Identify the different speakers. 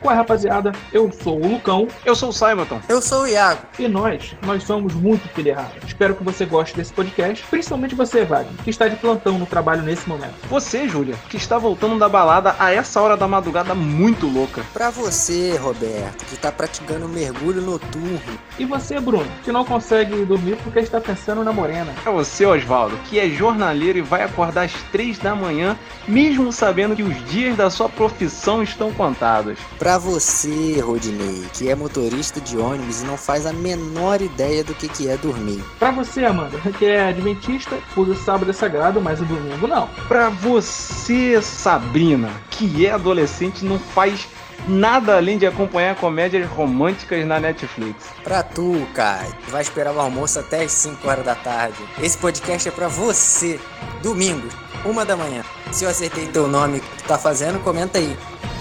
Speaker 1: Qual é, rapaziada? Eu sou o Lucão
Speaker 2: Eu sou o Simonton.
Speaker 3: Eu sou o Iago.
Speaker 1: e nós, nós somos muito filha errada. Espero que você goste desse podcast, principalmente você, Wagner, que está de plantão no trabalho nesse momento.
Speaker 2: Você, Júlia, que está voltando da balada a essa hora da madrugada muito louca.
Speaker 3: Pra você, Roberto, que tá praticando mergulho noturno.
Speaker 1: E você, Bruno, que não consegue dormir porque está pensando na morena.
Speaker 2: É você, Osvaldo, que é jornaleiro e vai acordar às três da manhã, mesmo sabendo que os dias da sua profissão estão contados.
Speaker 3: Pra você, Rodinei, que é motorista de ônibus e não faz a menor ideia do que, que é dormir.
Speaker 1: Pra você, Amanda, que é adventista, o sábado é sagrado, mas o domingo não.
Speaker 2: Pra você, Sabrina, que é adolescente e não faz nada além de acompanhar comédias românticas na Netflix.
Speaker 3: Pra tu, cara, que vai esperar o almoço até as 5 horas da tarde. Esse podcast é pra você. Domingo, uma da manhã. Se eu acertei teu nome, o que tu tá fazendo, comenta aí.